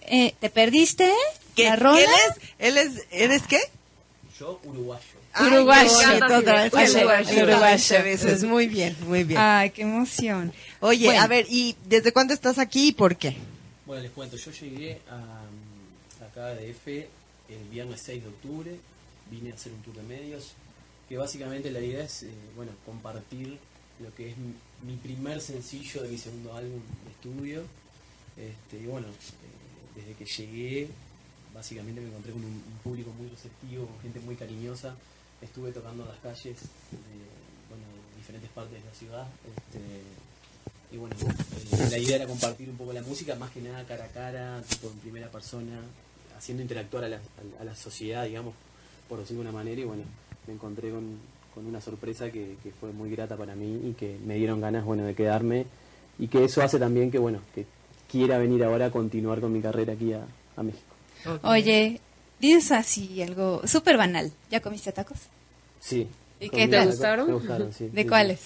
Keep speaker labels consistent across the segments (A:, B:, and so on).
A: eh, ¿te perdiste?
B: ¿Qué,
A: ¿La rola?
B: ¿Él es? ¿Él es? ¿Eres qué?
C: Yo, uruguayo.
B: Ay,
A: Uruguayo,
B: qué bonito.
A: otra vez.
B: Uruguayo.
A: Uruguayo.
B: Veces. Muy bien, muy bien.
A: Ay, qué emoción.
B: Oye,
A: Bueno.
B: a ver, ¿y desde cuándo estás aquí y por qué?
C: Bueno, les cuento, yo llegué a, acá de F el viernes 6 de octubre, vine a hacer un tour de medios, que básicamente la idea es, eh, bueno, compartir lo que es mi, mi primer sencillo de mi segundo álbum de estudio. Este, y bueno, eh, desde que llegué, básicamente me encontré con un, un público muy receptivo, con gente muy cariñosa. Estuve tocando en las calles de bueno, de diferentes partes de la ciudad. Este, y bueno, eh, la idea era compartir un poco la música, más que nada cara a cara, tipo en primera persona, haciendo interactuar a la, a la sociedad, digamos, por decirlo de una manera. Y bueno, me encontré con, con una sorpresa que, que fue muy grata para mí y que me dieron ganas, bueno, de quedarme. Y que eso hace también que, bueno, que quiera venir ahora a continuar con mi carrera aquí a, a México.
A: Oye, dices así algo súper banal. ¿Ya comiste tacos?
C: Sí.
A: ¿Y
C: Comí
A: qué tal?
C: algo-
D: ¿Te gustaron?
C: Me gustaron, sí.
A: ¿De
C: Sí,
A: cuáles?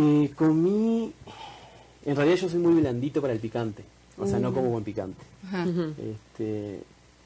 C: Eh, comí. En realidad yo soy muy blandito para el picante. O sea, no
A: Mm.
C: como buen picante.
A: Ajá.
C: Este,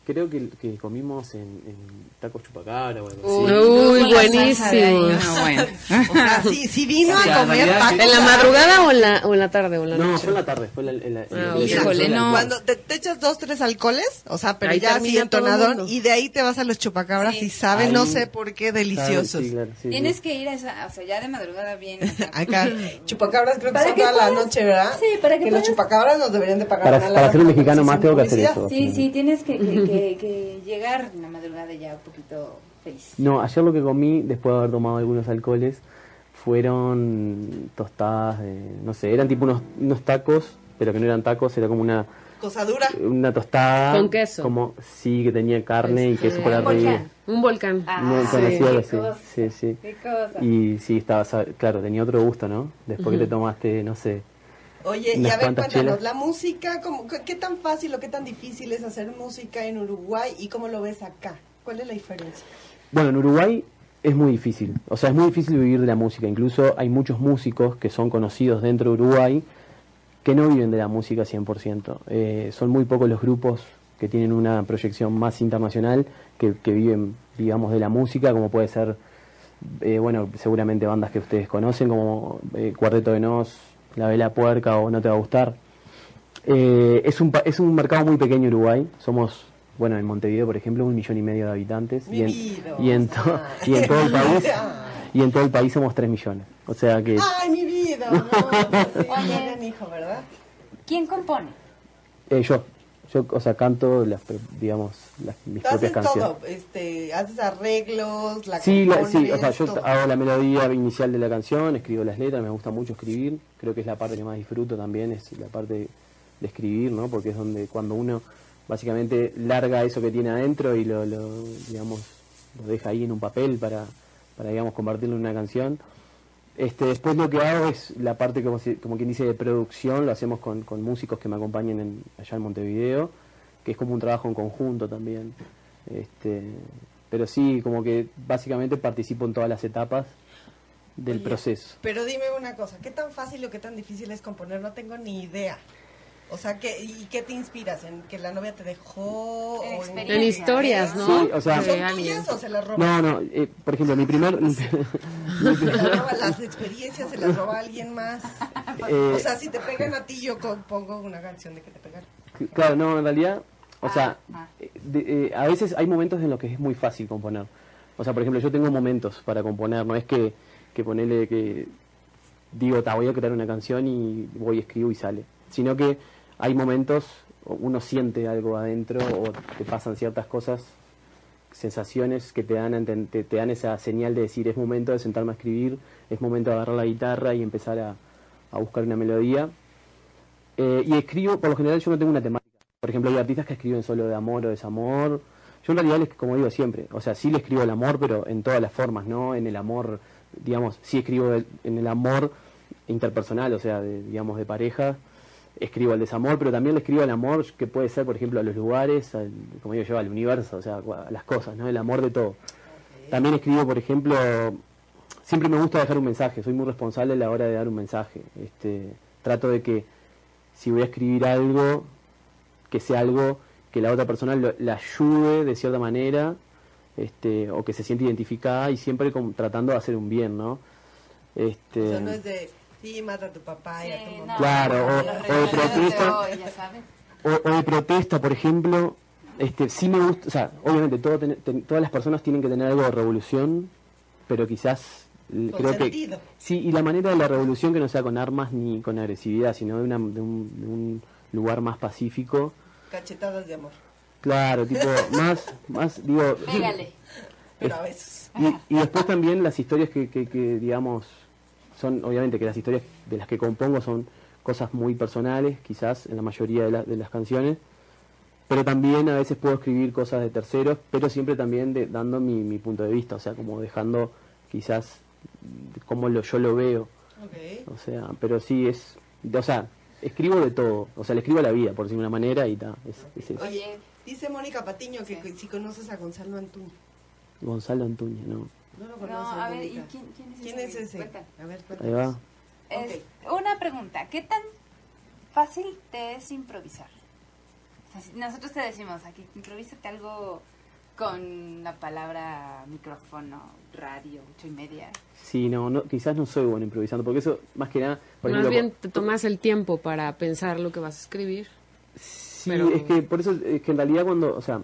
C: creo que, que comimos en, en tacos chupacabra o algo así.
D: Uy,
A: Con la salsa de ahí,
D: buenísimo.
A: no, bueno.
B: O sea, sí, sí vino
C: O sea,
B: a
C: en
B: comer
C: realidad
B: tacos.
C: que-
D: ¿En la madrugada o en la, o en la tarde o en la
C: No,
D: noche?
C: fue en la tarde, fue en la, en la- en la-
D: Ah,
C: en la-
A: híjole,
C: en la-
A: no.
B: Cuando te, te echas dos, tres alcoholes, o sea, pero
D: Ahí
B: ya así
D: termina todo el
B: entonadón,
D: mundo.
B: y de ahí te vas a los chupacabras
A: Sí.
B: y saben,
C: Ahí-
B: no sé por qué, deliciosos.
C: Sí, claro, sí,
A: Tienes
C: sí.
A: que ir a esa, o sea, ya de madrugada bien. acá.
B: Acá, chupacabras creo que
A: Para
B: son
A: que
B: toda la
A: puedas-
B: noche, ¿verdad?
A: sí, para que
B: los
A: puedas-
B: chupacabras nos deberían de pagar
C: Para-
B: una
C: para
B: lana
C: ser un mexicano más
B: sin
C: tengo que hacer
B: publicidad.
C: eso.
A: Sí, sí, tienes que, que, que- que llegar en la madrugada ya un poquito feliz.
C: No, ayer lo que comí, después de haber tomado algunos alcoholes, fueron tostadas de, no sé, eran tipo unos, unos tacos, pero que no eran tacos, era como una,
B: Cosa dura.
C: una tostada.
D: Con queso.
C: Como, sí, que tenía carne y
D: Este,
C: queso por
D: un
C: arriba.
A: volcán.
D: Un volcán.
C: No,
A: Ah,
C: conocido
A: qué
C: algo así.
A: cosa,
C: Sí, sí.
A: Qué cosa.
C: Y sí, estaba, sab- claro, tenía otro gusto, ¿no? Después que te tomaste, no sé.
B: Oye, y
C: Unas
B: a ver,
C: cuantas
B: cuéntanos,
C: chelas.
B: la música, ¿cómo- qué, qué tan fácil o qué tan difícil es hacer música en Uruguay y cómo lo ves acá? ¿Cuál es la diferencia?
C: Bueno, en Uruguay es muy difícil. O sea, es muy difícil vivir de la música. Incluso hay muchos músicos que son conocidos dentro de Uruguay que no viven de la música 100%. Eh, son muy pocos los grupos que tienen una proyección más internacional que, que viven, digamos, de la música, como puede ser, eh, bueno, seguramente bandas que ustedes conocen, como eh, Cuarteto de Nos, La Vela Puerca o No Te Va a Gustar. Eh, es, un, pa- es un mercado muy pequeño Uruguay. Somos, bueno, en Montevideo, por ejemplo, un millón y medio de habitantes. Y en,
B: Vividos.
C: y en to- y en todo el país y en todo el país somos 3 millones. O sea que
B: ¡Ay, mi vida! No, sí, no eran hijo, ¿verdad?
A: ¿Quién compone?
C: eh, yo, yo, o sea, canto las, pro- digamos, las, mis
B: Tú
C: propias
B: haces
C: canciones.
B: todo, este, haces arreglos, la
C: Sí, la- sí,
B: compones,
C: o sea, yo ah.
B: todo.
C: hago la melodía inicial de la canción, escribo las letras, me gusta mucho escribir, creo que es la parte que más disfruto también, es la parte de escribir, ¿no? Porque es donde cuando uno básicamente larga eso que tiene adentro y lo, lo, digamos, lo deja ahí en un papel para, para digamos, convertirlo en una canción. Este, después lo que hago es la parte, como, si- como quien dice, de producción, lo hacemos con, con músicos que me acompañen en- allá en Montevideo, que es como un trabajo en conjunto también. Este, pero sí, como que básicamente participo en todas las etapas del
B: Oye,
C: proceso.
B: Pero dime una cosa, ¿qué tan fácil o qué tan difícil es componer? No tengo ni idea. O sea, ¿qué, ¿y qué te inspiras? ¿En que la novia te dejó?
A: En
B: o
A: experiencias.
D: En historias, ¿no?
C: Sí, o sea-
B: ¿Son
D: De alguien.
B: tuyas o se las roba?
C: No, no, eh, por ejemplo, mi primer...
B: Se las roba- las experiencias se las roba alguien más.
C: eh,
B: Ah, o sea, si te pegan a ti, yo compongo una canción de que te pegaron.
C: Eh, Claro, no, en realidad, o sea,
A: ah.
C: eh, de- eh, a veces hay momentos en los que es muy fácil componer. O sea, por ejemplo, yo tengo momentos para componer, no es que, que ponerle que digo, ta, voy a crear una canción y voy, escribo y sale. Sino que hay momentos, o uno siente algo adentro o te pasan ciertas cosas, sensaciones que te dan, a enten- te, te dan esa señal de decir, es momento de sentarme a escribir, es momento de agarrar la guitarra y empezar a, a buscar una melodía. Eh, y escribo, por lo general yo no tengo una temática. Por ejemplo, hay artistas que escriben solo de amor o desamor. Yo en realidad, les- como digo siempre, o sea, sí le escribo el amor, pero en todas las formas, ¿no? En el amor, digamos, sí escribo el- en el amor interpersonal, o sea, de- digamos, de pareja. Escribo el desamor, pero también le escribo el amor que puede ser, por ejemplo, a los lugares, al- como digo yo, al universo, o sea, a las cosas, ¿no? El amor de todo. También escribo, por ejemplo, siempre me gusta dejar un mensaje, soy muy responsable a la hora de dar un mensaje. Este, trato de que si voy a escribir algo, que sea algo que la otra persona lo- la ayude de cierta manera este, o que se siente identificada y siempre como tratando de hacer un bien, ¿no? Este,
B: O sea, no es de, sí, mata a tu papá y a tu
A: Sí,
B: mamá.
A: Eh, no,
C: Claro, o-
A: los
C: o de
A: regalos de
C: protesta.
A: hoy, ya sabes.
C: o, o de protesta, por ejemplo, este, sí me gusta, o sea, obviamente todo ten- ten- todas las personas tienen que tener algo de revolución, pero quizás l-
B: Con
C: creo
B: sentido.
C: que sí y la manera de la revolución que no sea con armas ni con agresividad, sino de, una- de un, de un lugar más pacífico,
B: Cachetadas de amor.
C: claro, tipo más más digo
A: Pégale.
B: Pero
C: Eh.
B: a veces.
C: y, y después también las historias que, que- que, digamos son obviamente que las historias de las que compongo son cosas muy personales quizás en la mayoría de, la- de las canciones pero también a veces puedo escribir cosas de terceros pero siempre también de- dando mi, mi punto de vista o sea como dejando quizás como lo yo lo veo
B: Ok.
C: o sea pero sí es o sea escribo de todo o sea le escribo a la vida por decir una manera y ta, es, es eso.
A: Oye,
B: Dice Mónica Patiño que,
A: Sí.
B: que si conoces a Gonzalo Antuña.
C: Gonzalo Antuña no
B: No
A: no,
B: lo conoces.
A: a ver, ¿y
B: Mónica.
A: quién, quién es
B: ¿Quién es
A: ese?
B: ese?
A: Cuenta.
B: A ver,
C: ahí va
B: cuéntanos.
A: Es- Una pregunta, ¿qué tan fácil te es improvisar? O sea, si nosotros te decimos aquí, improvísate algo con la palabra micrófono, radio, ocho y media.
C: Sí, no, no, quizás no soy bueno improvisando, porque eso, más que nada, por
D: Más
C: ejemplo,
D: bien
C: cu-
D: te tomas el tiempo para pensar lo que vas a escribir.
C: sí,
D: pero-
C: es que por eso es que en realidad cuando, o sea,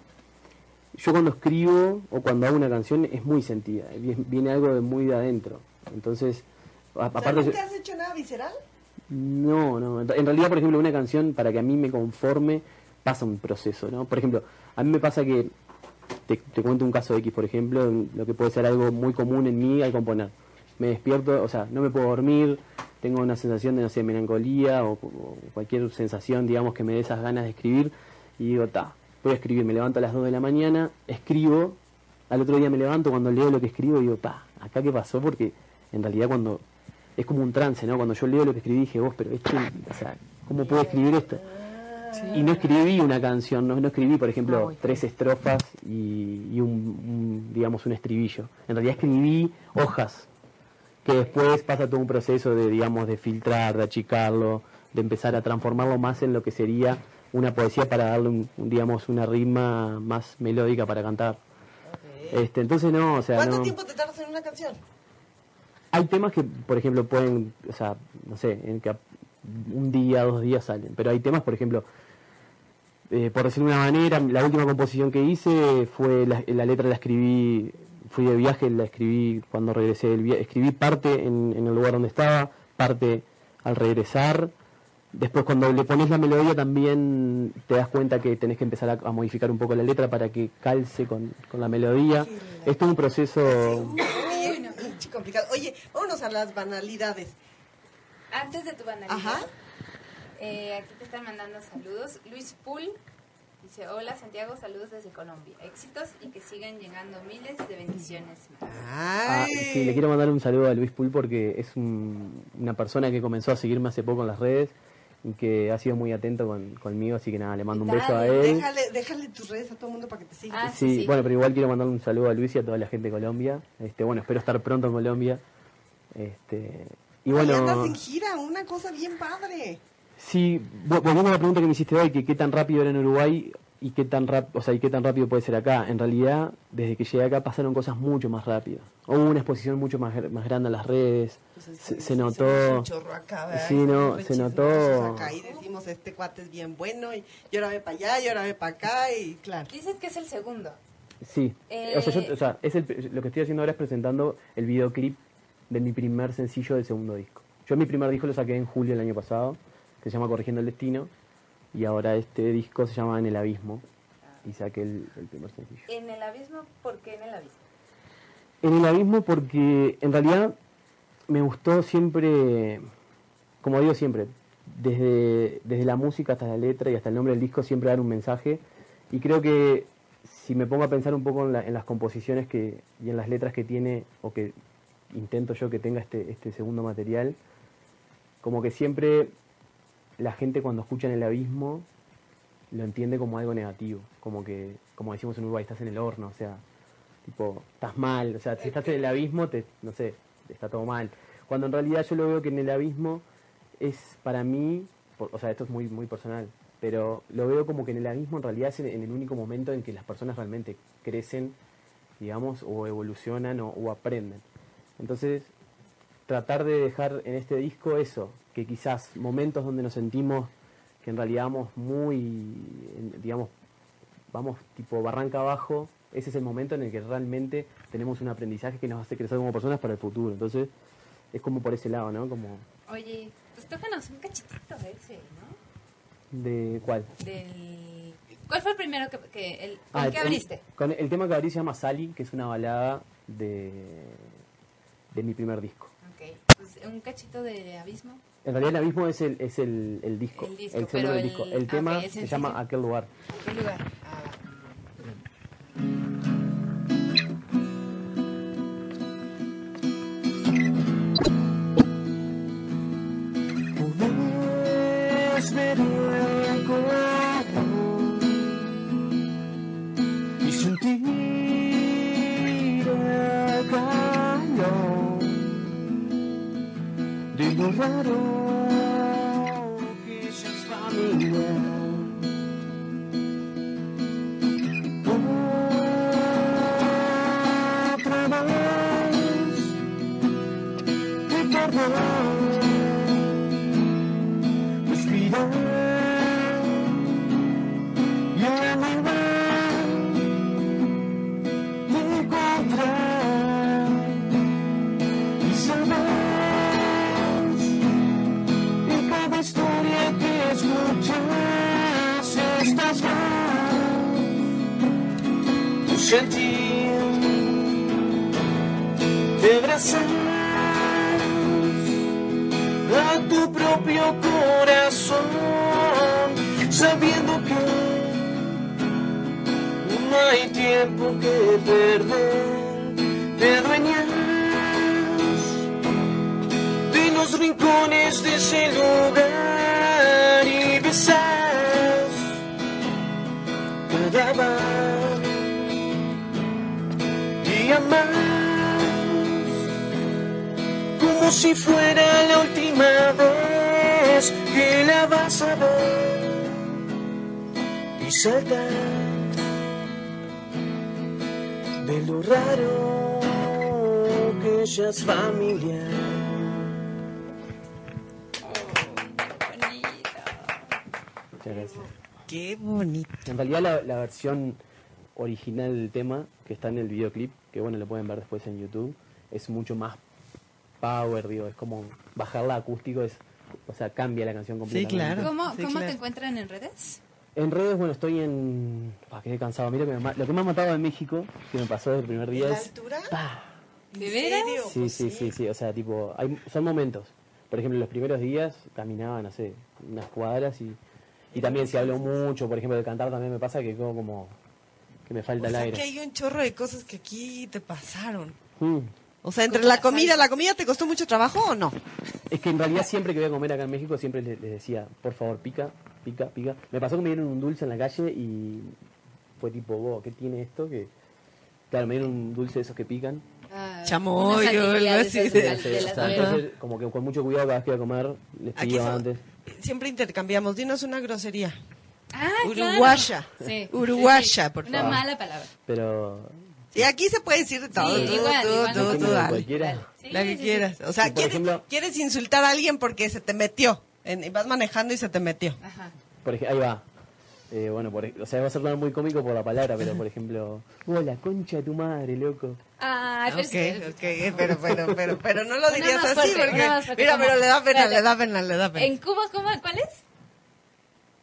C: yo cuando escribo o cuando hago una canción es muy sentida, vi- viene algo de muy de adentro. Entonces, a-
B: O sea,
C: aparte, yo-
B: ¿Nunca has hecho nada visceral?
C: no, no, en en realidad, por ejemplo, una canción para que a mí me conforme pasa un proceso, ¿no? Por ejemplo, a mí me pasa que te, te cuento un caso X, por ejemplo, en lo que puede ser algo muy común en mí al componer. Me despierto, o sea, no me puedo dormir, tengo una sensación de, no sé, melancolía o, o cualquier sensación, digamos, que me dé esas ganas de escribir y digo, ta, voy a escribir, me levanto a las 2 de la mañana, escribo, al otro día me levanto cuando leo lo que escribo digo, ta, acá qué pasó, porque en realidad cuando, es como un trance, ¿no? Cuando yo leo lo que escribí dije, vos, pero esto, o sea, ¿cómo puedo escribir esto? Y no escribí una canción, no, no escribí, por
D: Ah,
C: ejemplo,
D: voy.
C: tres estrofas y, y un, un, digamos, un estribillo. En realidad escribí hojas, que después pasa todo un proceso de, digamos, de filtrar, de achicarlo, de empezar a transformarlo más en lo que sería una poesía para darle, un- un, digamos, una rima más melódica para cantar. Este, entonces no, o sea,
B: ¿Cuánto
C: no-
B: tiempo te tardas en una canción?
C: hay temas que, por ejemplo, pueden, o sea, no sé, en que un día, dos días salen, pero hay temas, por ejemplo, eh, por decirlo de una manera, la última composición que hice fue, la, la letra la escribí, fui de viaje, la escribí cuando regresé del viaje, escribí parte en, en el lugar donde estaba, parte al regresar, después cuando le pones la melodía también te das cuenta que tenés que empezar a, a modificar un poco la letra para que calce con, con la melodía, es todo un proceso...
B: Oye, pinche complicado. Oye, vámonos a las banalidades.
A: Antes de tu banalidad,
B: Ajá.
A: eh, aquí te están mandando saludos. Luis Pool dice, hola Santiago, saludos desde Colombia. Éxitos y que sigan llegando miles de bendiciones más.
C: Ah,
B: Ay.
C: sí, le quiero mandar un saludo a Luis Pool porque es un- una persona que comenzó a seguirme hace poco en las redes y que ha sido muy atento con- conmigo, así que nada, le mando un
A: Dale,
C: beso a él.
B: Déjale, déjale tus redes a todo el mundo para que te siga.
A: Ah,
C: Sí,
A: sí, sí.
C: bueno, pero igual quiero mandarle un saludo a Luis y a toda la gente de Colombia. Este, bueno, espero estar pronto en Colombia. Este, y
B: Oye,
C: bueno,
B: andas en gira, una cosa bien padre.
C: sí, vo- volviendo a la pregunta que me hiciste hoy, que qué tan rápido era en Uruguay y qué tan rap, o sea, y qué tan rápido puede ser acá. En realidad, desde que llegué acá pasaron cosas mucho más rápidas. Hubo una exposición mucho más, gr- más grande en las redes.
B: Pues,
C: se,
B: sí,
C: se
B: sí,
C: notó.
B: un chorro acá, ¿verdad?
C: Sí, no,
B: Siempre
C: se
B: chismosos
C: notó.
B: Acá y decimos, este cuate es bien bueno, y yo ahora ve para allá, y ahora ve para acá, y claro.
A: Dices que es el segundo.
C: Sí.
A: Eh,
C: o sea, yo- o sea, es el- lo que estoy haciendo ahora es presentando el videoclip de mi primer sencillo del segundo disco. Yo mi primer disco lo saqué en julio del año pasado, que se llama Corrigiendo el Destino, y ahora este disco se llama En el Abismo, y saqué el, el primer sencillo.
A: En el abismo, ¿por qué en el abismo?
C: En el abismo porque en realidad me gustó siempre, como digo siempre, desde, desde la música hasta la letra y hasta el nombre del disco siempre dar un mensaje. Y creo que si me pongo a pensar un poco en, la- en las composiciones que, y en las letras que tiene o que intento yo que tenga este, este segundo material, como que siempre la gente cuando escucha en el abismo lo entiende como algo negativo, como que, como decimos en Uruguay, estás en el horno, o sea, tipo, estás mal, o sea, si estás en el abismo, te, no sé, está todo mal. Cuando en realidad yo lo veo que en el abismo es para mí, por- o sea, esto es muy, muy personal, Pero lo veo como que en el abismo en realidad es en, en el único momento en que las personas realmente crecen, digamos, o evolucionan o, o aprenden. Entonces, tratar de dejar en este disco eso, que quizás momentos donde nos sentimos que en realidad vamos muy, en- digamos, vamos tipo barranca abajo, ese es el momento en el que realmente tenemos un aprendizaje que nos hace crecer como personas para el futuro. Entonces, es como por ese lado, ¿no? Como
A: Oye, pues tócanos un cachitito de ese, ¿no?
C: de cuál.
A: Del... ¿Cuál fue el primero que, que el, con
C: Ah,
A: que
C: el-
A: abriste?
C: con el tema que abrí se llama Sally, que es una balada de, de mi primer disco.
A: Ok, pues un cachito de abismo.
C: En realidad el abismo es el, es el, el disco,
A: El disco,
C: segundo
A: pero
C: del
A: el-
C: disco. El
A: ah,
C: tema
A: ok, el
C: se
A: sencillo.
C: llama Aquel lugar.
A: ¿A qué lugar?
B: Ah,
E: Podés ver el corazón y sentir el calor de lo raro que ya es familiar. Otra vez te perdés respirar y elevar y encontrar y saber y cada historia que escuchas estás más tu sentir te abrazas a tu propio corazón, sabiendo que no hay tiempo que perder. Te adueñas de los rincones de ese lugar y besas cada bar y amas como si fuera la última vez que la vas a ver y saltar de lo raro que ya es familiar.
C: Muchas gracias.
B: Qué bonito.
C: En realidad la, la versión original del tema, que está en el videoclip, que bueno, lo pueden ver después en YouTube, es mucho más power, digo, es como bajarla acústico, es, o sea, cambia la canción completamente.
B: claro.
A: ¿Cómo,
B: Sí,
A: cómo
B: claro.
A: te encuentran en redes?
C: En redes, bueno, estoy en... Pa, quedé cansado, mira que me ma- lo que me ha matado en México, que me pasó desde el primer día
B: ¿La
C: es...
B: altura?
C: pa.
A: ¿De
B: ¿En
A: veras?
B: serio?
C: Sí,
B: Pues
C: sí, sí, sí, o sea, tipo, hay, son momentos. Por ejemplo, los primeros días caminaba, no sé, unas cuadras y, y también si hablo mucho, por ejemplo, de cantar también me pasa que como, como que me
B: O
C: falta el
B: sea
C: aire.
B: que hay un chorro de cosas que aquí te pasaron.
C: Mm.
B: O sea, entre la comida, ¿la comida te costó mucho trabajo o no?
C: Es que en realidad siempre que voy a comer acá en México siempre le- les, decía, por favor, pica, pica, pica. Me pasó que me dieron un dulce en la calle y fue tipo, "Wow, ¿qué tiene esto? Que claro, me dieron un dulce de esos que pican.
A: Ah,
B: Chamoy
A: unas
B: o algo
A: aliviadas
B: así
A: esas
B: de-
A: de la-
C: Sí,
A: de
C: o
A: las
C: sea,
A: buenas.
C: entonces, como que con mucho cuidado cada vez que voy a comer, les
B: Aquí
C: pido
B: somos-
C: antes.
B: siempre intercambiamos. Dinos una grosería.
A: Ah, claro.
B: Uruguaya.
A: Sí,
B: Uruguaya, por
A: Una
B: favor.
A: mala palabra.
C: Pero
B: Y aquí se puede decir de todo.
A: Sí,
B: tú,
A: igual,
B: tú,
A: igual
B: tú,
A: no
B: tú,
A: pasa
C: nada.
B: dale.
C: Cualquiera.
A: Sí,
B: La que
A: sí, sí.
B: quieras. O sea,
C: Y por
B: quieres,
C: ejemplo-
B: quieres insultar a alguien porque se te metió. En- vas manejando y se te metió.
A: Ajá.
C: Por ej- ahí va. Eh, bueno, por ej- o sea, va a ser muy cómico por la palabra, pero por ejemplo, hola, concha de tu madre, loco.
A: Ah,
B: Ok,
A: pero sí.
B: ok, pero, pero, pero, pero no lo
A: Una
B: dirías
A: más
B: así
A: fuerte,
B: porque,
A: una más fuerte,
B: mira,
A: ¿cómo?
B: pero le da pena,
A: Espérate.
B: le da pena, le da pena.
A: ¿En Cuba cómo? ¿Cuál es?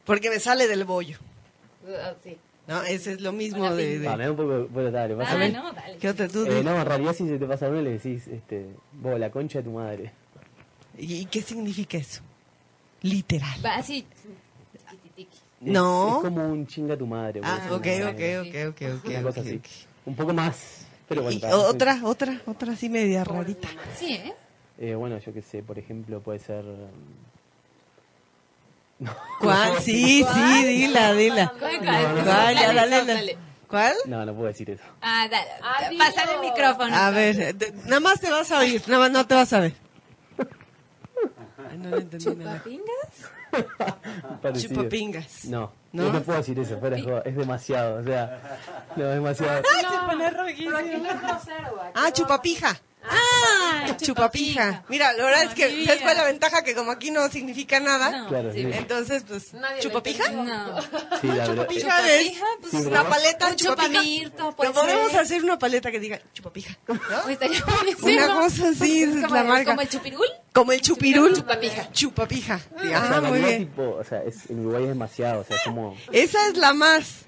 B: Porque me sale del bollo,
A: Ah, sí.
B: ¿no? Ese es lo mismo
A: Hola,
B: de... de-
C: Ah, me da un poco, bueno, dale, vas a
A: Ah,
C: ver.
A: no, dale.
B: ¿Qué otra tú?
C: Eh, no, en realidad si se te pasa a uno le decís, este, vos, la concha de tu madre.
B: ¿Y y qué significa eso? Literal.
A: Va así. Tiki, tiki.
C: Es-
B: No.
C: Es como un chinga tu madre. por
B: Ah,
C: decirlo
B: ok,
C: de una
B: ok,
C: manera.
B: ok, ok, ok.
C: Una cosa
B: ok,
C: así.
B: ok.
C: Un poco más, pero bueno.
B: Y
C: está.
B: otra, otra, otra así media rarita.
A: Sí, ¿eh?
C: Eh, bueno, yo qué sé, por ejemplo, puede ser... mm,
B: ¿Cuál? Sí, sí, dila, dila.
A: ¿Cuál,
C: no, no.
A: cuál?
B: ¿Cuál? Ya,
A: Dale,
B: dale,
A: dale.
B: dale. ¿Cuál?
C: No, no puedo decir eso.
A: Ah, dale.
D: Ah, dilo.
A: Pásale el micrófono.
B: A ver, eh, te- nada más te vas a oír, nada más no te vas a ver. Ay, no lo entendí nada.
A: ¿Chupapingas?
C: Parecido.
B: Chupapingas.
C: No,
B: ¿No?
C: no, te puedo decir eso, fuera de joda, es demasiado, o sea, no, es demasiado.
B: ¡Ay, se pone
A: Pero aquí
B: rojísimo!
A: no es grosero. aquí
B: Ah,
A: no-
B: chupapija.
F: ¡Ah!
B: Chupapija. Mira, la verdad es que
F: Maravilla.
B: ¿sabes cuál es la ventaja? Que como aquí no significa nada,
F: No,
C: Claro, sí,
B: entonces, pues,
D: Nadie lo
B: ¿chupapija?
D: entendió.
F: No.
C: sí, la verdad. eh,
B: Chupapija es
F: Chupapija, pues,
B: pues,
C: sí,
B: una
C: ¿verdad?
B: paleta
F: Un
B: chupapija.
F: chupamirto,
B: Pero
F: pues.
B: podemos hacer una paleta que diga chupapija, ¿no?
F: estaría buenísimo.
B: Una cosa así,
F: Es
B: es
F: como
B: la
F: el-
B: marca.
F: Como el chupirul.
B: Como el chupirul.
F: Chupapija.
B: Chupapija.
C: o sea,
B: Ah,
C: la
B: muy
C: verdad,
B: bien.
C: tipo, o sea, es- en Uruguay es demasiado, o sea, es como...
B: Esa es la más.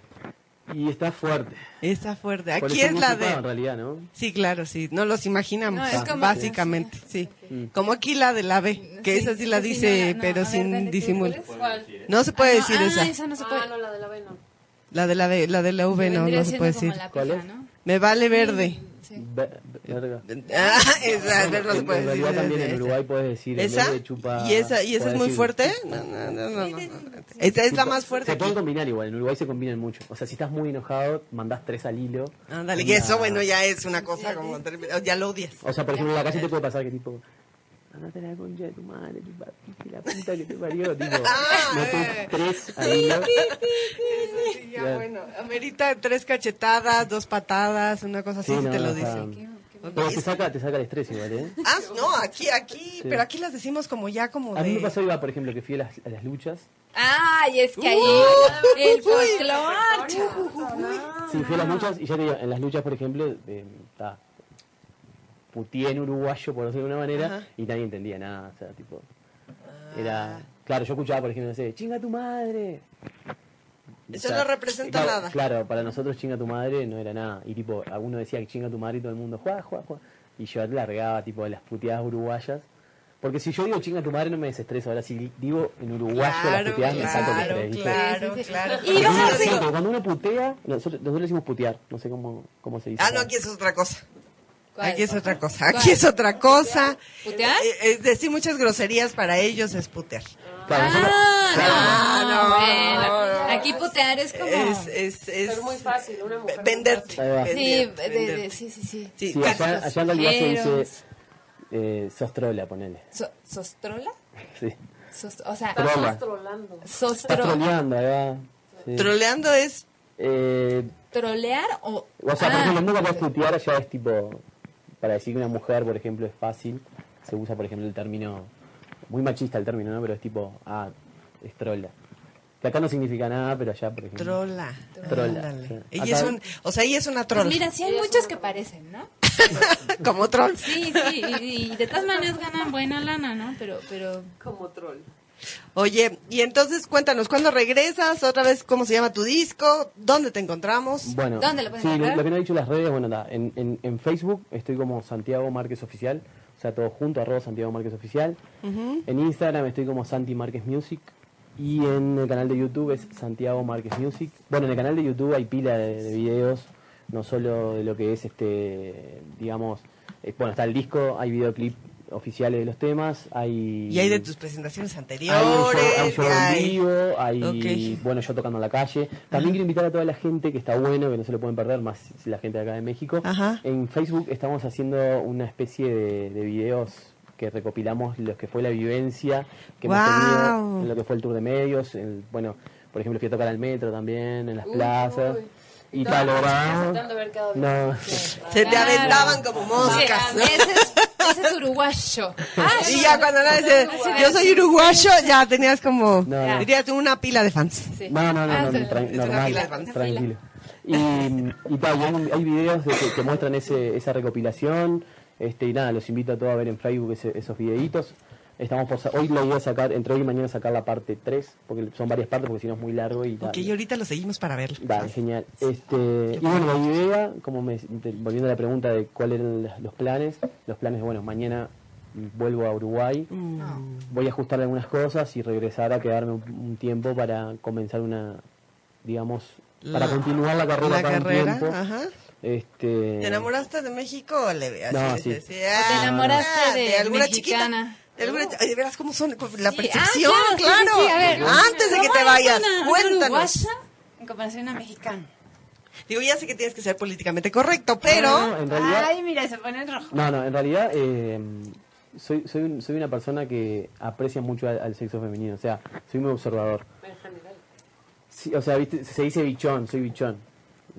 C: Y está fuerte.
B: Esa fuerte.
C: Por
B: Aquí es Ah,
C: eso no
B: la
C: se paga, En
B: de.
C: realidad, ¿no?
B: Sí, claro, sí. No los imaginamos,
F: No, es como-
B: básicamente. Sí. Como aquí la de la B, que esa sí la
F: sí,
B: dice,
F: no, no, a
B: pero
F: ver, dale
B: sin
F: tú,
B: disimulo.
F: ¿cuál es?
B: No se puede
F: Ah,
B: decir
F: ah,
B: esa.
F: esa no se puede.
D: Ah, no, la de la vena.
B: La de la B, la de la V no,
F: Vendría
B: no se
F: siendo
B: puede
F: como
B: decir.
F: la
C: ¿Cuál
F: pija,
C: es?
F: ¿no?
B: Me vale verde.
F: Sí.
C: Ve- Verga.
B: Ah, esa, pero no se
C: En-
B: puede
C: en
B: decir.
C: realidad también en
B: esa.
C: Uruguay puedes decir en
B: ¿Esa?
C: vez de chupa-
B: ¿Y esa, y esa es
C: puedes
B: muy
C: decir-
B: fuerte? No, no, no, no, no. Esa es la
C: Chupa-
B: más fuerte
C: Se pueden
B: aquí.
C: combinar igual, en Uruguay se combinan mucho. O sea, si estás muy enojado, mandás tres al hilo.
B: Ándale, y eso, bueno, ya es una cosa como... termi- Ya lo odias.
C: O sea, por ejemplo, en la calle te puede pasar que tipo, andate la concha de tu madre, tu papi, la puta que te parió, tipo,
B: Ah, eh.
C: metes tres al hilo.
B: Sí, ya, bueno, amerita tres cachetadas, dos patadas, una cosa así,
C: Sí,
B: si
C: no,
B: te lo
C: o sea,
B: dicen.
C: Pero te saca, te saca el estrés igual, ¿eh?
B: Ah, no, aquí, aquí, pero aquí las decimos como ya, como
C: A mí me
B: de...
C: pasó igual, por ejemplo, que fui a las, a las luchas.
F: Ay, es que ahí
B: Uh,
F: el folclor,
C: Sí, fui a las luchas y ya te digo, en las luchas, por ejemplo, eh, ta, putié en uruguayo, por decirlo de alguna manera,
B: Ajá. Ah.
C: y nadie entendía nada, o sea, tipo, era... Claro, yo escuchaba, por ejemplo, no sé, chinga tu madre.
B: Eso no representa
C: claro,
B: nada.
C: Claro, para nosotros chinga tu madre no era nada. Y tipo, alguno decía que chinga tu madre y todo el mundo, juá, juá, juá. Y yo largaba, tipo, las puteadas uruguayas. Porque si yo digo chinga tu madre no me desestreso. Ahora, si digo en uruguayo las
B: Claro,
C: puteadas me saco el
B: claro,
C: estrés, ¿viste?
B: claro,
F: Sí, sí, sí.
B: claro.
F: Y vas a
C: Cuando-
F: decir-
C: porque Cuando uno putea, nosotros, nosotros decimos putear. No sé cómo, cómo se dice.
B: Ah, no, aquí es otra cosa.
F: ¿Cuál?
B: Aquí es otra cosa, aquí
F: ¿Cuál?
B: es otra cosa.
F: ¿Putear?
B: Eh, eh, decir muchas groserías para ellos es putear.
C: Claro, nosotros-
F: Ah,
B: Ah,
F: no,
B: no,
F: bueno.
B: no, no.
F: Aquí putear es como...
B: Es, es, es...
D: Pero muy fácil, una mujer. muy
B: Venderte.
C: Ahí va.
F: Sí,
B: vender,
F: de- de-
B: vender.
F: sí, sí, sí.
B: Sí,
C: sí, allá, allá en realidad se dice...
F: Castilleros.
C: Eh, sos trola, ponele.
F: So- ¿Sostrola?
C: Sí.
F: Sos- o sea,
C: Trola.
D: fácil. Estás trolando.
C: Estás
F: sostro,
C: troleando, ahí va. Sí.
B: troleando es...
C: Eh,
F: trolear o...
C: O sea, por
F: Ah,
C: ejemplo, nunca puedes putear, ya es tipo. Para decir que una mujer, por ejemplo, es fácil, se usa, por ejemplo, el término. Muy machista el término, ¿no? Pero es tipo. Ah, es trola. Que acá no significa nada, pero allá, por ejemplo.
B: Trola.
C: Trola.
B: Ándale.
C: Sí.
B: Ella es
C: Acá-
B: un, o sea, ella es una
F: pues
B: trola.
F: mira, sí hay muchos que parecen, ¿no?
B: Como troll.
F: Sí, sí, y, y de todas maneras ganan buena lana, ¿no? Pero, pero...
D: Como troll.
B: Oye, y entonces cuéntanos, ¿cuándo regresas? ¿Otra vez cómo se llama tu disco? ¿Dónde te encontramos?
C: Bueno,
F: ¿Dónde lo pueden
C: sí,
F: encontrar?
C: lo que me han dicho las redes, bueno, nada, en, en, en Facebook estoy como Santiago Márquez Oficial, o sea, todo junto, arroba Santiago Márquez Oficial. En Instagram estoy como Santi Márquez Music. Y en el canal de YouTube es Santiago Márquez Music. Bueno, en el canal de YouTube hay pila de, de videos, no solo de lo que es este, digamos, eh, bueno, está el disco, hay videoclip oficiales de los temas, hay...
B: Y hay de tus presentaciones
C: Hay un show-
B: anteriores.
C: hay un show en
B: hay-
C: vivo, hay,
B: Ok.
C: bueno, yo tocando en la calle. También quiero invitar a toda la gente que está bueno, que no se lo pueden perder, más si la gente de acá de México.
B: Ajá.
C: En Facebook estamos haciendo una especie de, de videos que recopilamos los que fue la vivencia que hemos
B: Guau.
C: tenido en lo que fue el tour de medios. en- bueno, por ejemplo, fui a tocar al metro también, en las plazas. Y tal, ¿verdad?
D: Tratando de haber quedado bien.
C: No.
B: Se te
F: Claro.
B: aventaban como moscas. ¿no?
F: Ese es, ese es uruguayo. Ah,
B: Y ya cuando nadie dice, yo soy uruguayo, ya tenías como,
C: No, no.
B: dirías tú una pila de fans.
F: sí.
C: No, no, no,
F: Ah,
C: no,
F: sí.
C: tran-
B: una
C: normal,
B: fila de fans.
C: tranquilo. Y, y tal, y hay, hay videos de que, que muestran ese, esa recopilación. Este, y nada, los invito a todos a ver en Facebook ese- esos videitos. Estamos por sa- hoy lo voy a sacar, entre hoy y mañana sacar la parte 3, porque son varias partes, porque si no es muy largo y tal.
B: Ok, y ahorita lo seguimos para verlo.
C: Dale, genial. Este, y bueno, la idea, como me, de- volviendo a la pregunta de cuáles eran las- los planes, los planes, bueno, mañana vuelvo a Uruguay,
B: Mm.
C: voy a ajustar algunas cosas y regresar a quedarme un, un tiempo para comenzar una, digamos, para
B: La-
C: continuar la carrera.
B: La
C: acá un
B: carrera,
C: tiempo.
B: ajá.
C: Este,
B: ¿Te enamoraste de México? Leve, así,
C: No,
B: así,
C: sí.
B: así, ah,
F: te enamoraste de
B: alguna
F: mexicana?
B: chiquita? ¿De alguna chi- ay, de veras cómo son? con La
F: Sí.
B: percepción,
F: Ah,
B: claro.
F: sí, sí, sí, a ver.
B: Antes de que
F: ¿Cómo
B: te
F: es
B: vayas,
F: una- una
B: cuéntanos.
F: uruguaya en comparación a mexicana?
B: Digo, ya sé que tienes que ser políticamente correcto,
C: no,
F: Ah,
B: pero
C: no, Ah, en realidad,
A: Ay, mira, se pone en rojo.
C: no, no, en realidad eh, soy, soy, un- soy una persona que aprecia mucho al, al sexo femenino, o sea, soy muy observador.
D: En general.
C: Sí, o sea, ¿viste? se dice bichón, soy bichón.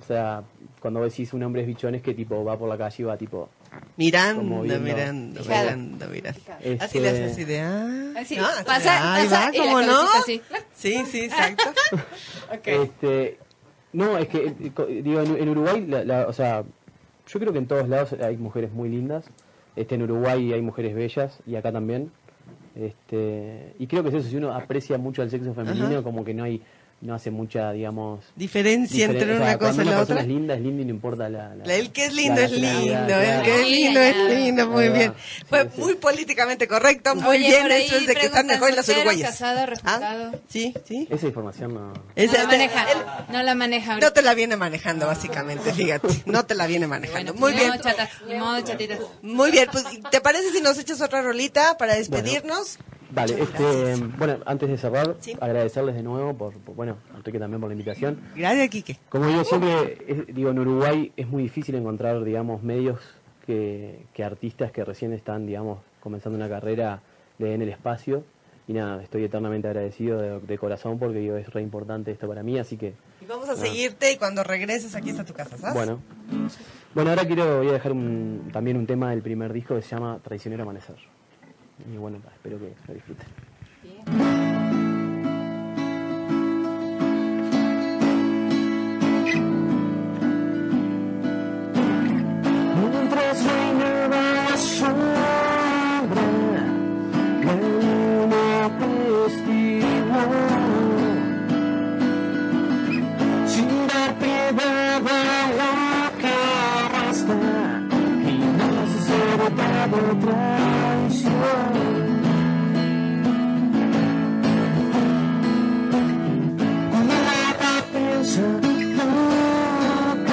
C: O sea, cuando decís un hombre es bichón es que tipo va por la calle y va tipo... Como
B: Mirando,
C: viendo.
B: mirando,
A: Fijado.
B: mirando, mirando.
A: Fíjate.
C: este,
B: Así le haces así de ah.
F: Así,
B: ah, así
F: pasa,
B: de, ahí
F: pasa,
B: va,
F: y la
B: ¿cómo no?
F: cabecita así.
B: Sí, sí, exacto.
C: Este, no, es que, eh, co- digo, en, en Uruguay, la- la- o sea, yo creo que en todos lados hay mujeres muy lindas. Este, en Uruguay hay mujeres bellas y acá también. Este, y creo que es eso, si uno aprecia mucho al sexo femenino,
B: Ajá.
C: como que no hay, no hace mucha, digamos...
B: Diferencia
C: diferen-
B: entre
C: o sea,
B: una
C: cuando
B: cosa y la
C: persona
B: otra.
C: es linda, es linda y no importa la... la-
B: La- El que es lindo
C: la
B: es
C: nacionalidad,
B: lindo, ¿eh? el
C: claro.
B: que es
F: Sí,
B: lindo es
F: claro.
B: lindo, muy
C: Ahí va.
B: bien. Fue
C: Sí, sí.
B: muy políticamente correcto, muy
F: Oye,
B: bien,
F: por ahí
B: eso es de que
F: preguntan,
B: están mejor las
F: ¿soltero,
B: uruguayas.
F: casado,
B: ¿Ah?
F: refugado?
B: Sí, sí.
C: Esa información no...
F: No
B: Esa-
F: la maneja,
B: él-
F: no la maneja ahorita.
B: no te la viene manejando, básicamente, fíjate. No te la viene manejando.
F: Bueno,
B: Muy
F: ni
B: bien.
F: modo, chatas, ni modo, chatitas.
B: Muy bien, pues, ¿te parece si nos echas otra rolita para despedirnos?
C: Vale,
B: Muchas
C: este, bueno, antes de cerrar,
B: Sí.
C: agradecerles de nuevo por, por- bueno, a Enrique también por la invitación.
B: Gracias, Quique.
C: Como yo siempre es- digo, en Uruguay es muy difícil encontrar, digamos, medios que, que artistas que recién están, digamos, comenzando una carrera le den el espacio. Y nada, estoy eternamente agradecido de, de corazón porque digo, es re importante esto para mí, así que,
B: Y vamos a seguirte y cuando regreses aquí está tu casa, ¿sabes?
C: Ah. bueno. Bueno, ahora quiero, voy a dejar un- también un tema del primer disco que se llama Traicionero Amanecer. Y bueno, espero que lo disfruten.
E: Mientras reinaba la sombra, la luna atestiguó. Sin dar piedad a la canasta y no se será de traición. Cuando nada piensa, nunca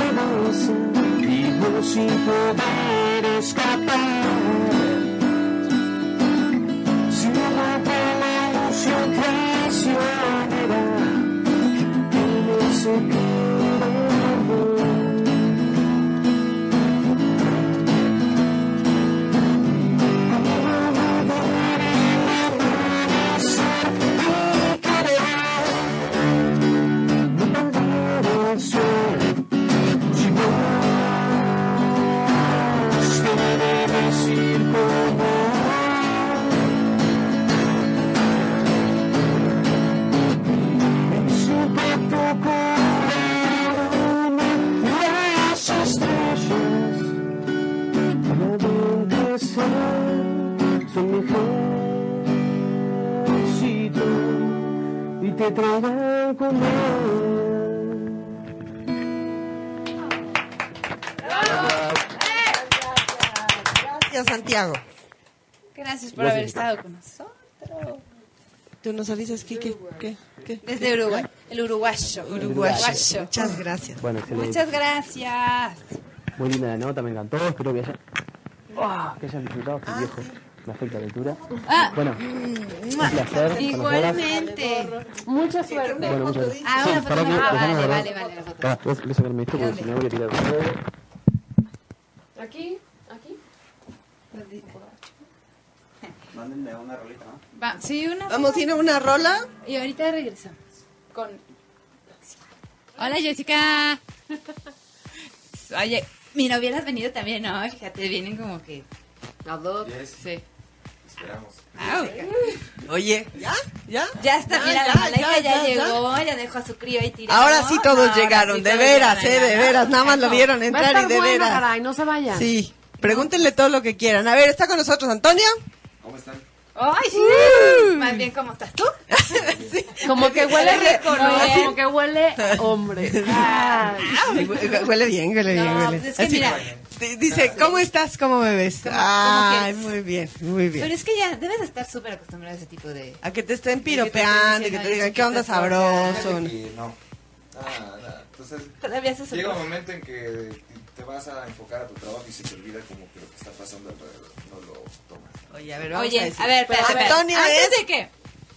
E: avanza, vivo sin poder escapar. Si mata la ilusión traicionera, que me se queda Las estrellas me ven crecer, son mi ejército y te traerán comer.
B: Gracias, Santiago.
F: Gracias por haber estado con nosotros.
B: ¿Tú nos avisas, Quique? ¿Qué? ¿Qué?
F: Desde Uruguay, el uruguayo.
B: Uruguayo. Muchas gracias.
C: Bueno, excelente.
F: Muchas gracias.
C: Muy linda la nota, me encantó. Espero que hayan, ¡Ah! que hayan disfrutado. Estoy viejo. Me afecta la altura.
F: Ah,
C: Bueno,
F: mua.
C: placer,
F: Igualmente.
D: Mucha suerte.
C: bueno, muchas gracias.
F: Ah, una foto.
C: para que
F: Ah,
C: dejamos
F: vale,
C: guardar.
F: vale, vale. la foto.
C: Ah, voy a voy a sacarme esto porque si no voy a tirar.
D: Aquí, aquí.
G: Mándenme una rolita, ¿no?
F: Va, sí, una.
B: Vamos a ir a una rola.
F: Y ahorita regresamos.
A: Con
F: Hola, Jessica. Oye, mira, hubieras venido también, ¿no? Fíjate, vienen como que.
A: los dos.
G: Yes.
A: Sí.
G: Esperamos.
F: Au.
B: Oye, ¿ya? ¿ya?
F: Ya está,
B: Ya,
F: mira,
B: ya,
F: la maleja ya,
B: ya, ya.
F: llegó, ya. dejó a su crío ahí tirado.
B: Ahora sí todos
F: Ahora
B: llegaron,
F: sí
B: de
F: todos
B: veras,
F: llegaron,
B: eh, de
F: ¿no?
B: veras. Nada más lo vieron
D: Va a
B: entrar
D: estar
B: y de
D: bueno,
B: veras.
D: caray, no se vayan.
B: Sí. Pregúntenle todo lo que quieran. A ver, ¿está con nosotros Antonio?
G: ¿Cómo están?
F: Ay, sí.
B: Mm.
F: Más bien, ¿cómo estás tú?
B: Sí.
D: Como que huele rico, ¿no?
F: Así.
D: Como que huele hombre. Ah. Ay.
B: Sí, hue- Huele bien, huele bien,
F: No,
B: huele.
F: pues es que
B: Así,
F: mira.
B: te Dice, ¿cómo estás? ¿Cómo me ves? Ay,
F: quieres?
B: muy bien, muy
F: Pero
B: bien.
F: es que ya debes estar súper acostumbrado a ese tipo de.
B: A que te estén piropeando y que te digan, ¿qué onda sabroso?
G: Y no. Nada, nada. Entonces,
F: Todavía se
G: llega
F: supone.
G: un momento en que te vas a enfocar a tu trabajo y se te olvida como que lo que está pasando alrededor. No lo tomas.
B: Oye, a ver, vamos a
F: Oye,
B: decir.
F: a ver, espérate, espérate.
B: Antonio
F: ¿Antes
B: es-
F: de qué?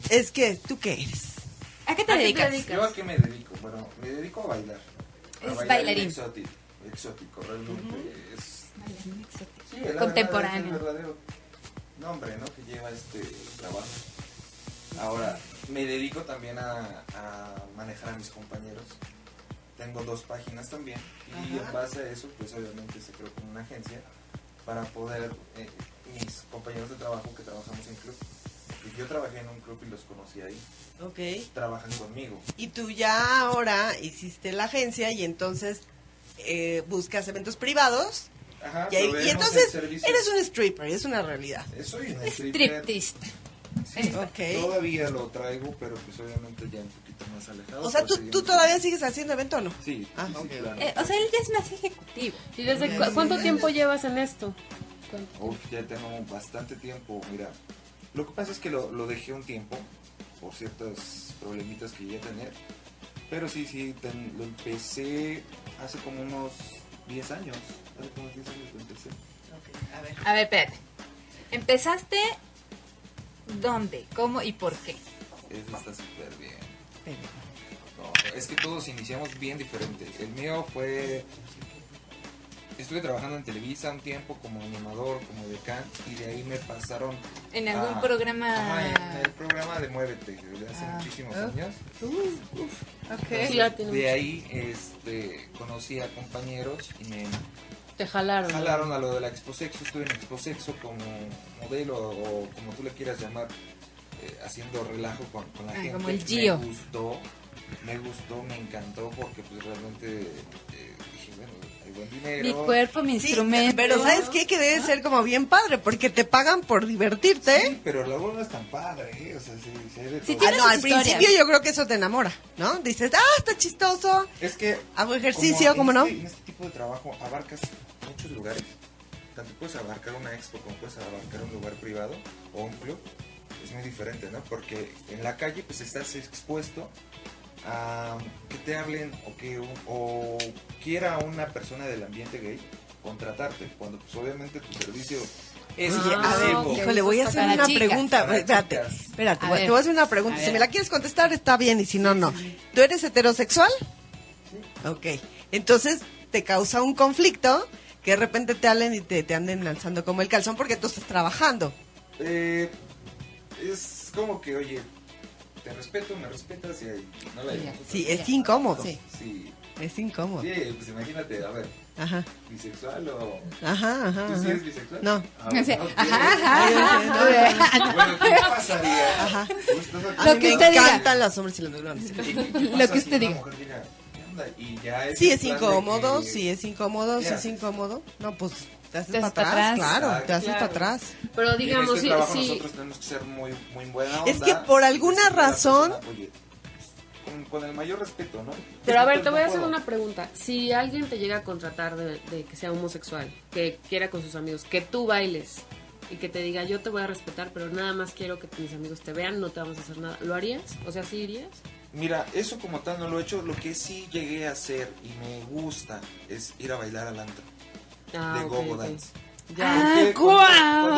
B: Es que, ¿tú qué eres?
F: ¿A qué te
D: ¿A qué te
F: dedicas?
D: dedicas?
G: ¿Yo a qué me dedico? Bueno, me dedico a bailar. A
F: Es
G: bailar
F: bailarín.
G: Exótico, exótico realmente. es,
F: Bailarín exótico.
G: sí, es la
F: Contemporáneo.
G: verdad, es el verdadero nombre, ¿no? Que lleva este trabajo. Ahora, me dedico también a, a manejar a mis compañeros. Tengo dos páginas también. Y
B: Ajá.
G: en base a eso, pues obviamente se creó como una agencia para poder, eh, mis compañeros de trabajo que trabajamos en club, que yo trabajé en un club y los conocí ahí,
B: Ok.
G: trabajan conmigo.
B: Y tú ya ahora hiciste la agencia y entonces eh, buscas eventos privados.
G: Ajá,
B: Y, ahí- y
G: proveemos Ah, el
B: entonces
G: servicio.
B: eres un stripper, es una realidad.
G: Eh, Soy un stripper.
F: Striptease.
G: Sí,
B: Ok.
G: Todavía lo traigo, pero pues obviamente ya un poquito más alejado.
B: O sea, ¿tú,
G: pero
B: tú
G: seguimos-
B: todavía sigues haciendo evento o no?
G: Sí,
B: Ah,
G: sí, sí,
B: ok.
G: claro.
F: Eh, o sea, él ya es más ejecutivo.
D: ¿Y desde cu- cuánto tiempo llevas en esto?
G: Uf, ya tengo bastante tiempo, mira. Lo que pasa es que lo, lo dejé un tiempo por ciertos problemitas que llegué a tener. Pero sí, sí, ten- lo empecé hace como unos 10 años. Hace como 10 años lo empecé.
B: A ver.
F: A ver, espérate. ¿Empezaste dónde, cómo y por qué?
G: Eso está súper bien. No, es que todos iniciamos bien diferente. El mío fue... Estuve trabajando en Televisa un tiempo como animador, como decán, y de ahí me pasaron
F: ¿En algún
G: Ah,
F: programa?
G: ajá, en el programa de Muévete, desde hace muchísimos años.
D: Sí, ya tiene
G: De
D: mucho.
G: ahí este, conocí a compañeros y me
D: Te jalaron.
G: jalaron a lo de la Exposexo. Estuve en Exposexo como modelo o como tú le quieras llamar, eh, haciendo relajo con, con la
F: Ah,
G: gente.
F: como el Gio.
G: Me gustó, me gustó, me encantó porque pues realmente eh, dije, bueno, hay buen dinero.
F: Mi cuerpo, mi
B: Sí,
F: instrumento.
B: pero ¿sabes qué? Que debe ser como bien padre, porque te pagan por divertirte.
G: Sí, pero luego no es tan padre, ¿eh? O sea, sí, sí hay de
F: Sí,
G: todo.
B: Ah,
F: Tiene
B: no,
F: sus
B: al
F: historias.
B: principio yo creo que eso te enamora, ¿no? Dices, ah, está chistoso,
G: Es que
B: hago ejercicio, ¿cómo
G: en
B: no?
G: este- En este tipo de trabajo abarcas muchos lugares. Tanto puedes abarcar una expo como puedes abarcar un lugar privado o un club. Es muy diferente, ¿no? Porque en la calle pues estás expuesto a que te hablen o que un- o quiera una persona del ambiente gay contratarte cuando pues obviamente tu servicio es
B: Oye,
F: Ah,
B: a ver,
G: exclusivo.
B: híjole, voy a
F: Para
B: hacer una
F: chicas.
B: pregunta.
G: Para
B: Espérate,
G: chicas.
B: espérate,
F: A
B: voy-
F: ver.
B: te voy a hacer una pregunta.
F: A
B: Si
F: ver.
B: me la quieres contestar, está bien, y si no, no. ¿Tú eres heterosexual? Ok, entonces te causa un conflicto que de repente te hablen y te, te anden lanzando como el calzón porque tú estás trabajando.
G: Eh, es como que oye te respeto, me respetas y ahí no la llevas.
B: Sí, es incómodo.
G: Sí.
B: Es incómodo.
G: Sí, pues imagínate, a ver,
B: Ajá,
G: bisexual o.
B: ajá, ajá.
G: ¿Tú sí
B: ajá.
G: eres bisexual?
B: No.
G: Ah, bueno,
F: Sí.
G: ok.
B: Ay, yo sé, no,
G: Bueno, ¿qué pasaría?
B: Ajá.
G: Tú estás
B: a
G: aquí,
B: mí
F: Lo que
B: me
F: usted diga.
B: encantan los hombres y los grandes.
G: ¿no? ¿Y qué pasa
F: Lo que
G: si
F: usted
G: una
F: diga.
G: mujer llega, ¿qué onda? Y ya
B: Sí,
G: el
B: es
G: plan de
B: incómodo,
G: que-
B: sí, es incómodo,
G: ¿Qué
B: sí, es
G: haces?
B: incómodo. No, pues te haces
F: Te
B: para
F: haces para
B: atrás,
F: atrás.
B: claro, te
G: Ah,
B: haces
D: Claro.
B: para atrás.
D: Pero
G: en
D: digamos,
G: este
D: sí,
G: trabajo
D: sí.
G: nosotros tenemos que ser muy, muy buena
B: Es
G: onda
B: que por
G: y
B: alguna
G: decirle a la
B: razón-
G: persona, oye, con, con el mayor respeto, ¿no?
D: Pero a ver,
G: No
D: te voy a hacer
G: puedo.
D: una pregunta. Si alguien te llega a contratar de, de que sea homosexual, que quiera con sus amigos, que tú bailes y que te diga, yo te voy a respetar, pero nada más quiero que mis amigos te vean, no te vamos a hacer nada, ¿lo harías? O sea, ¿sí irías?
G: Mira, eso como tal no lo he hecho. Lo que sí llegué a hacer y me gusta es ir a bailar al antro
D: Ah,
G: de
D: ok,
G: Gogo
D: ok.
G: Dance.
D: Ya.
G: ¿Por qué? Cuando-
F: guau.
G: cuando